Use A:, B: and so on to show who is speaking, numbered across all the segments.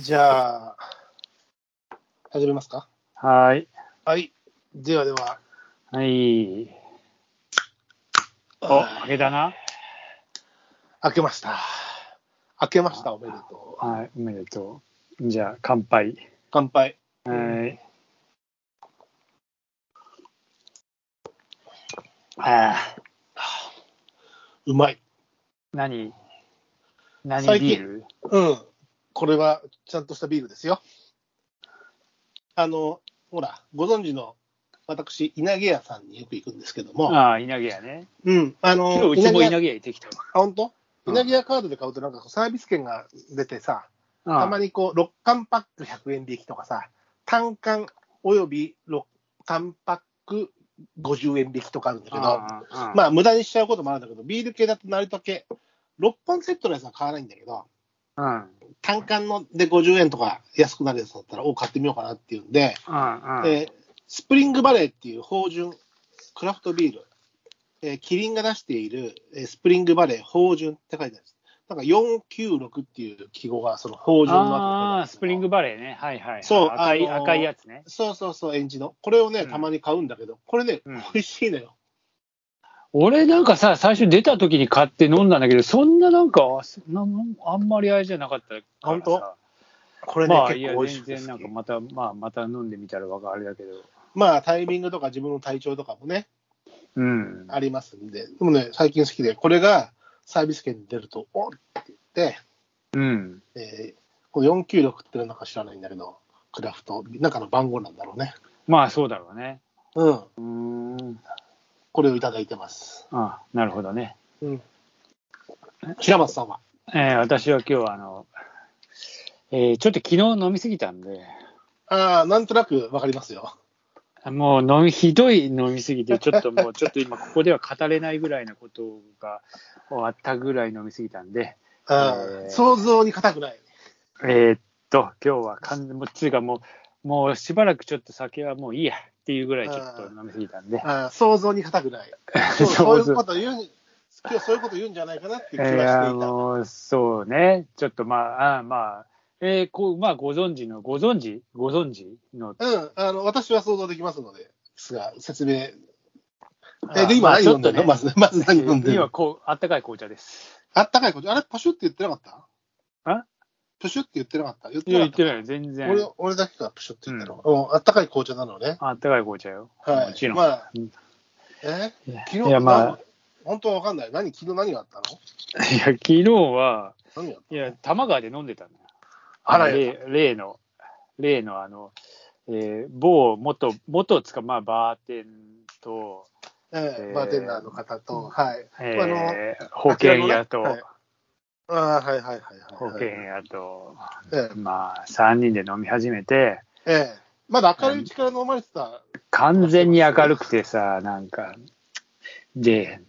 A: じゃあ、始めますか。
B: はい。
A: はい。ではでは。
B: はい。お、あげだな。
A: 開けました。開けました。おめでとう。
B: はい、おめでとう。じゃあ、乾杯。
A: 乾杯。
B: はい。ああ、
A: うまい。
B: 何何
A: 最近
B: ビール
A: うん。これは、ちゃんとしたビールですよ。あの、ほら、ご存知の、私、稲毛屋さんによく行くんですけども、
B: ああ、稲毛屋ね。
A: うん。あ
B: 今
A: の、
B: 日うち
A: 稲毛
B: も
A: 屋
B: 稲毛屋行ってきたわ。
A: あ、本当
B: うん
A: 稲毛屋カードで買うと、なんかこうサービス券が出てさ、
B: ああ
A: たまにこう、6缶パック100円引きとかさ、単缶および6缶パック50円引きとかあるんだけど、
B: ああああ
A: まあ、無駄にしちゃうこともあるんだけど、ビール系だとなるだけ、6本セットのやつは買わないんだけど、
B: うんうん
A: 単缶ので50円とか安くなるやつだったら、お買ってみようかなっていうんで、
B: うん
A: えースプリングバレーっていう芳醇クラフトビール、えーキリンが出している、えースプリングバレー芳醇って書いてあるんです。なんか496っていう記号がその芳醇の後に書いてあ
B: あ
A: るん
B: あ、
A: です
B: ス
A: けど
B: プリングバレーね。はいはいはい。
A: そう
B: 赤い、
A: あのー
B: 赤いやつね。
A: そうそうそう、演じの。これをね、
B: うん
A: たまに買うんだけど、これね、
B: うん
A: 美味しいのよ。
B: 俺なんかさ、最初出た時に買って飲んだんだけど、そんななんか、あそんなあんまりあれじゃなかったからさ
A: 本当これね、
B: まあ、い
A: 結
B: や
A: 構、美味し
B: 全
A: くて
B: 然な
A: 好
B: ん
A: き
B: かまた、まあ、また飲んでみたらわかあれだけど。
A: まあ、タイミングとか自分の体調とかもね、
B: うん。
A: ありますんで、でもね、最近好きで、これがサービス券に出ると、おっって言って、
B: うん。
A: えーこの496っていうのか知らないんだけど、クラフト、なんかの番号なんだろうね。
B: まあ、そうだろうね。
A: うん、
B: うーん。
A: これをいただいてます。
B: あなるほどね。
A: うん、平松さんは、
B: えー私は今日は、あの、えーちょっと昨日飲みすぎたんで、
A: ああ、なんとなくわかりますよ。
B: もう飲み、ひどい飲みすぎて、ちょっともう、ちょっと今、ここでは語れないぐらいなことが終わったぐらい飲みすぎたんで、
A: あ
B: え
A: ー
B: ー
A: 想像に難くない。
B: えーっと、今日は完全、もう、つうかもう、もうしばらくちょっと酒はもういいやっていうぐらいちょっと飲みすぎたんで、
A: あー想像に難く ない。今日そういうこと言うん、今日そういうこと言うんじゃないかなっていう気
B: え
A: がし
B: ー、あ
A: ていた。
B: のそうね、ちょっとまあ、あーまあ、えーこうまあ、ご存知の、ご存知ご存知の。
A: うん、あの私は想像できますので、ですが、説明。
B: あ
A: え
B: ー
A: で、今
B: まあ
A: 何
B: ちょ
A: 飲
B: っ
A: ん
B: と
A: でるの、
B: ね
A: まず、まず何飲んでる
B: 今
A: の
B: こう、あったかい紅茶です。
A: あったかいこと、あれ、プシュって言ってなかった
B: あ
A: プシュって言ってなかった言っ
B: い
A: て
B: や、
A: なか
B: 言
A: っ
B: って
A: た
B: ないよ、全然
A: 俺。俺だけがプシュって言ったの、うんあったかい紅茶なのね。
B: あったかい紅茶よ。
A: はい。
B: もちろん。
A: まあ
B: うん、
A: え昨日
B: いや、まあ
A: な、本当はわかんない。何、昨日何があったの
B: いや、昨日は、
A: 何があっ
B: いや、多摩川で飲んでたのよ。
A: あらや
B: 例例の、例のあの、えー某元、元つか、まあ、バーテンと、
A: たのえ
B: え
A: え
B: ー
A: バーテンダーの方と、はい。あの
B: えー、保険屋と、
A: はいああ、はいはいはい
B: 保
A: はい、
B: 険
A: はい。
B: 屋と、
A: ええ
B: まあ、3人で飲み始めて、
A: ええまだ明るいうちから飲まれてた。
B: 完全に明るくてさ、なんか、で、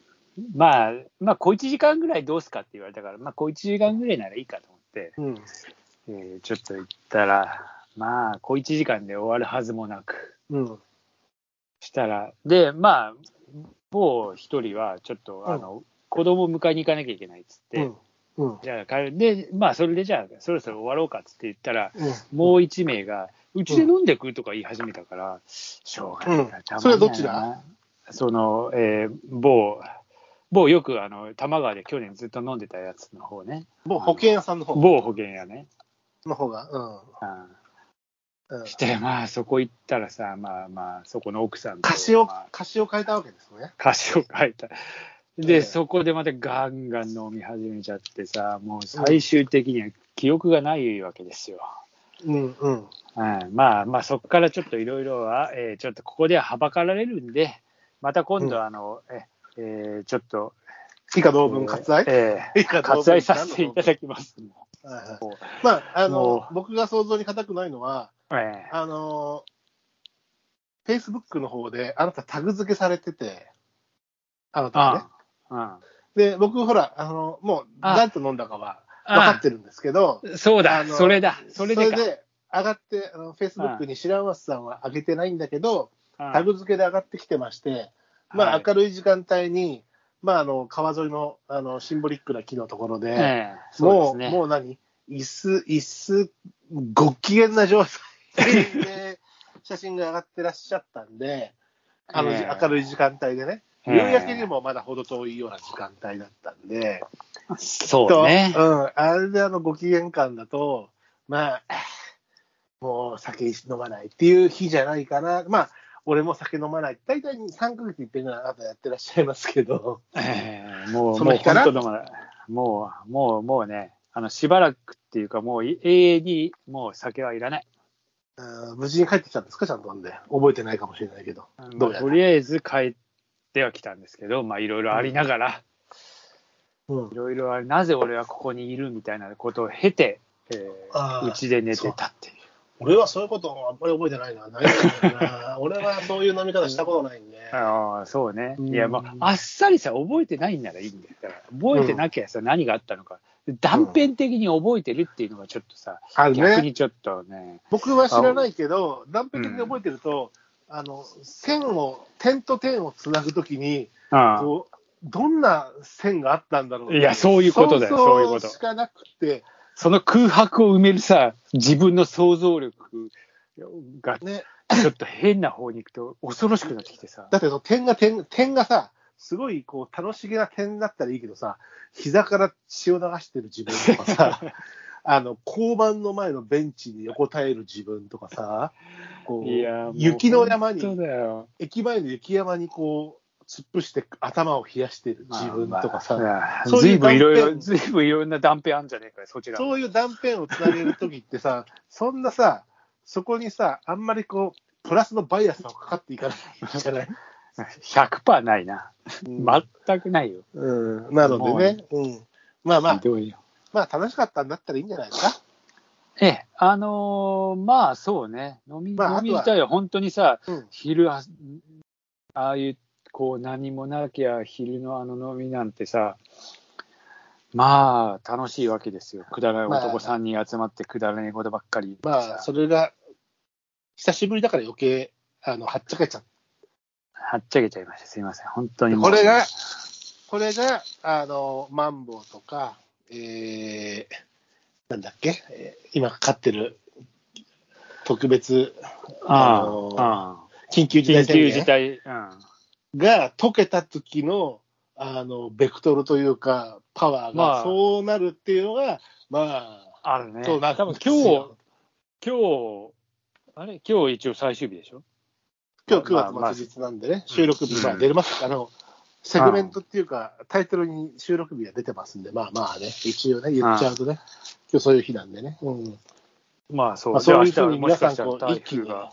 B: まあ、まあ、小1時間ぐらいどうすかって言われたから、まあ、小1時間ぐらいならいいかと思って、
A: うん。
B: えーちょっと行ったら、まあ、小1時間で終わるはずもなく、
A: うん。
B: したら、で、まあ、某一人は、ちょっと、
A: うん
B: あの、子供を迎えに行かなきゃいけないっつって、
A: うん。うん。
B: じゃあ帰る、で、まあ、それでじゃあ、そろそろ終わろうかっつって言ったら、
A: うん
B: もう一名が、うちで飲んでくるとか言い始めたから、しょうがないな、
A: うん
B: たまんないな
A: それはどっちだ
B: その、えー某、某よくあの、多摩川で去年ずっと飲んでたやつの方ね、
A: もう保険屋さんの方
B: 某保険屋ね。
A: の方が、
B: うん
A: うん。うん、
B: して、まあ、そこ行ったらさ、まあまあ、そこの奥さんと
A: 歌詞を
B: まあ、
A: 歌詞を変えたわけですね。
B: 歌詞を書いた。
A: え
B: で、
A: え
B: そこでまたガンガン飲み始めちゃってさ、もう最終的には記憶がないわけですよ。
A: うんうん。
B: うん、まあまあ、そこからちょっといろいろは、えーちょっとここでははばかられるんで、また今
A: う
B: 度、あの、ええーちょっと、
A: 以下同文割愛、
B: え ー
A: 以下同文
B: 割愛させていただきます。
A: はいはい
B: も
A: まあ、あ
B: も
A: の、僕が想像に難くないのは、
B: うえ
A: あの、Facebook の方で、あなたタグ付けされてて、あな
B: ー
A: たね。
B: あああ
A: で、僕、ほら、あの、もう、
B: あ
A: 誰と飲んだかは分か
B: あ
A: ってるんですけど、
B: そう
A: あ
B: だ、
A: の
B: それだ、それでか。
A: 上がって、あの Facebook に白松さんは上げてないんだけど、
B: うん
A: タグ付けで上がってきてまして、ま
B: は
A: あ
B: い、
A: 明るい時間帯に、まあ、あの川沿いのあのシンボリックな木のところで、
B: ええ
A: もう
B: そうですね
A: もう何椅子椅子ご機嫌な状 態で写真が上がってらっしゃったんで、あの、
B: ええ
A: 明るい時間帯でね、
B: え
A: 夕焼けにもまだ程遠いような時間帯だったんで、
B: そうね
A: と。うん、あれであのご機嫌感だと、まあ、もう酒飲まないっていう日じゃないかな。まあ、俺も酒飲まない。大体3ヶ月いっぺんぐらいあなたやってらっしゃいますけど。
B: ええもう、
A: そ
B: も
A: の
B: う
A: 日かな
B: 本当のもう、もう、もうね、あの、しばらくっていうか、もうい永遠に、もう酒はいらない。
A: うん無事に帰ってきたんですかちゃんとなんで。覚えてないかもしれないけど。どう
B: まあ
A: やら
B: とりあえず帰っては来たんですけど、まあ、いろいろありながら、
A: うん
B: い。ろいろありなぜ俺はここにいるみたいなことを経て、え
A: あ
B: ー
A: ー
B: うちで寝てたっていう。
A: 俺はそういうことをあんまり覚えてないな。ないんだよな俺はそういう飲み方したことないんで。
B: ああ、そうね。
A: うん
B: いや、まあ、あっさりさ、覚えてないんならいいんだよ。だから、覚えてなきゃさ、何があったのか。断片的に覚えてるっていうのがちょっとさ、
A: ある
B: 逆
A: ね。
B: にちょっとね、
A: 僕は知らないけど、断片的に覚えてると、あの、線を、点と点をつなぐときに、
B: ああ
A: こうどんな線があったんだろう
B: いやそういうことだよ
A: 想像
B: そういうこと
A: しかなくて、
B: その空白を埋めるさ、自分の想像力が
A: ね、
B: ちょっと変な方に行くと恐ろしくなってきてさ。
A: だってその点が点点がさ、すごいこう楽しげな点だったらいいけどさ、膝から血を流してる自分とか さ、あの交番の前のベンチに横たえる自分とかさ、こう
B: いや、もう
A: 雪の山
B: 本
A: に、
B: 当だよ。
A: 駅前の雪山にこう突っ伏して頭を冷やしてる自分とかさ、そう
B: ず
A: い
B: いうぶんいろいろ、
A: 断片
B: ずいぶんいろんな断片あんじゃねえかよ、そちら。
A: そういう断片をつなげるときってさ、 そんなさ、そこにさ、あんまりこう、プラスのバイアスがかかっていかないじゃない。
B: 100%ないな。
A: うん
B: 全くないよ。
A: うん、なのでね、うん、まあま
B: ひ
A: あ、
B: どいよ。
A: まあ楽しかったんだったらいいんじゃないですか。
B: ええ、あのーまあそうね、飲み,、
A: まあ
B: 飲み
A: あとは
B: 自体は本当にさ、
A: うん、
B: 昼あ、ああいう、こう、何もなきゃ昼のあの飲みなんてさ、まあ、楽しいわけですよ。くだらない
A: まあ
B: 男3人集まってくだらないことばっかり言ってさ。
A: まあ、それが、久しぶりだから余計、あの、はっちゃけちゃっ
B: はっちゃけちゃいました。すいません。本当に
A: た。
B: もう。
A: これが、これが、あの、マンボウとか、えー、なんだっけ、えー今飼ってる、特別、
B: ああ、
A: あのー
B: ああ
A: 緊急事態
B: 緊
A: 宣言
B: 急事態、うん。
A: が溶けた時の、あの、ベクトルというか、パワー
B: まあ
A: が、そうなるっていうのが、まあ、
B: あるね。
A: そうな
B: 多分今日、今日、あれ今日一応最終日でしょ
A: 今日9
B: まあ
A: 月
B: まあ
A: 末日なんでね、収録
B: うん
A: 日、まあ、出れます、あの、セグメントっていうか、タイトルに収録日が出てますんで、まあまあね、一応ね、言っちゃうとね、今日そういう日なんでね、うん。
B: まあそう、
A: まあ、そういう
B: で
A: ふうに
B: 明日
A: 皆
B: はもし
A: さ
B: か
A: ん、
B: した
A: こ
B: ら
A: う、
B: 台
A: 一気
B: 風
A: に、
B: が、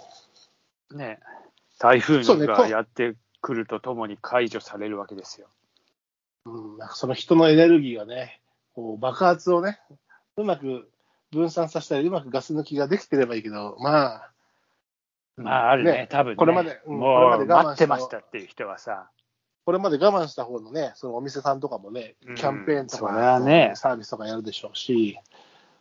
B: ね、台風
A: そうねこ
B: が
A: う
B: やってくるとともに解除されるわけですよ。
A: うん、なんかその人のエネルギーがね、こう爆発をね、うまく分散させたり、うまくガス抜きができてればいいけど、まあ、
B: まああるね、多分ね
A: これまでうんこれ
B: も
A: ま
B: う
A: で我慢
B: 待ってましたっていう人はさ、
A: これまで我慢した方のね、そのお店さんとかもね、キ
B: うん
A: ャンペーンと
B: そりゃ
A: か、
B: ね
A: サービスとかやるでしょうし、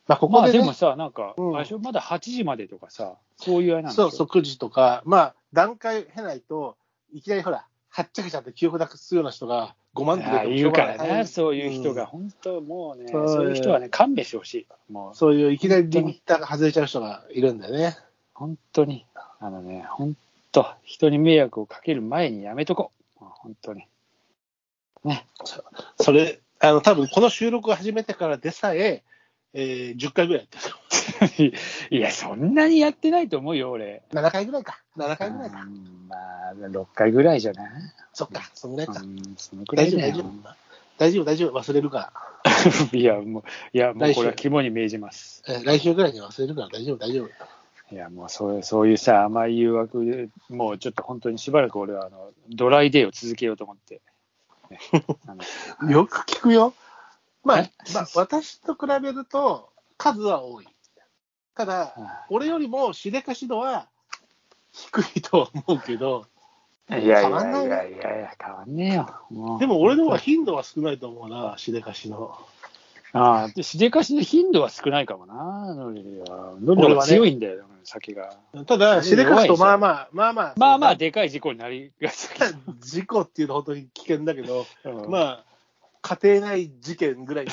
A: まあ、こ
B: ま
A: こ
B: あ
A: で、ね
B: でもさ、なんか、
A: うん
B: あれでしょまだ8時までとかさ、そういうあれなんでし
A: そ
B: ょ
A: うそう、9時とか、まあ、段階経ないと、いきなりほら、はっちゃけちゃって記憶なくすような人が5万と
B: ああ
A: か
B: いるからね、そういう人が、本当もうね、
A: そう
B: そういう人はね、勘弁してほしい。もう、
A: そういういきなりリミッターが外れちゃう人がいるんだよね。
B: 本当に、あのね、本当、人に迷惑をかける前にやめとこう。もう本当に。
A: それ、あの、多分この収録を始めてからでさえ、えー10回ぐらいやってる。
B: いや、そんなにやってないと思うよ、俺。
A: 7回ぐらいか。7回ぐらいか。
B: うんまあ、6回ぐらいじゃない
A: そっか、そんぐらいか
B: う。んそのくら
A: 大
B: い
A: 丈夫、
B: だ
A: 大丈
B: よ。
A: 夫。大丈夫、大丈夫。忘れるから。
B: いや、もう、いや、もう
A: 来週
B: これは肝に銘じます。
A: えー来週ぐらいには忘れるから大丈夫、大丈夫。
B: いや、もうそうそういうさ、甘い誘惑で、もうちょっと本当にしばらく俺は、あの、ドライデーを続けようと思って。 ねあの
A: よく聞くよ。まあ
B: え、
A: まあ、私と比べると数は多い。ただ、俺よりもしでかし度は低いとは思うけど、
B: いやいや
A: 変わんない
B: い
A: ね
B: やいやいや、変わんねえよ。もう
A: でも俺の方が頻度は少ないと思うな、しでかしの。
B: ああ、で、しでかしの頻度は少ないかもな、ノリは。ノリ
A: 俺
B: は
A: はね
B: 強いんだよ、酒が。
A: ただ、しでかしとまあまあ、まあまあ、
B: まあまあ、でかい事故になりがちだけど。
A: 事故っていうのは本当に危険だけど、
B: うん
A: まあ、家庭内事件ぐらい、ね、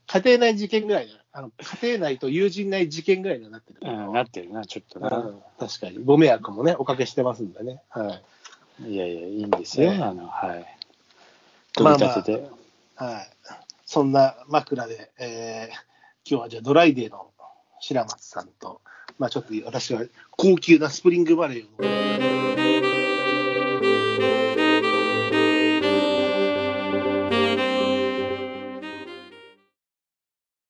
A: 家庭内事件ぐらいだなあの。家庭内と友人内事件ぐらいにはなってる。
B: うん、なってるな、ちょっと
A: う
B: な。
A: ん確かに。ご迷惑もね、おかけしてますんでね。はい。
B: いやいや、いいんですよ、
A: ね
B: あの、はい。
A: まあまあ
B: 取り立てて。
A: はい。そんな枕で、えー今日はじゃあドライデーの白松さんと、まあちょっと私は高級なスプリングバレーを。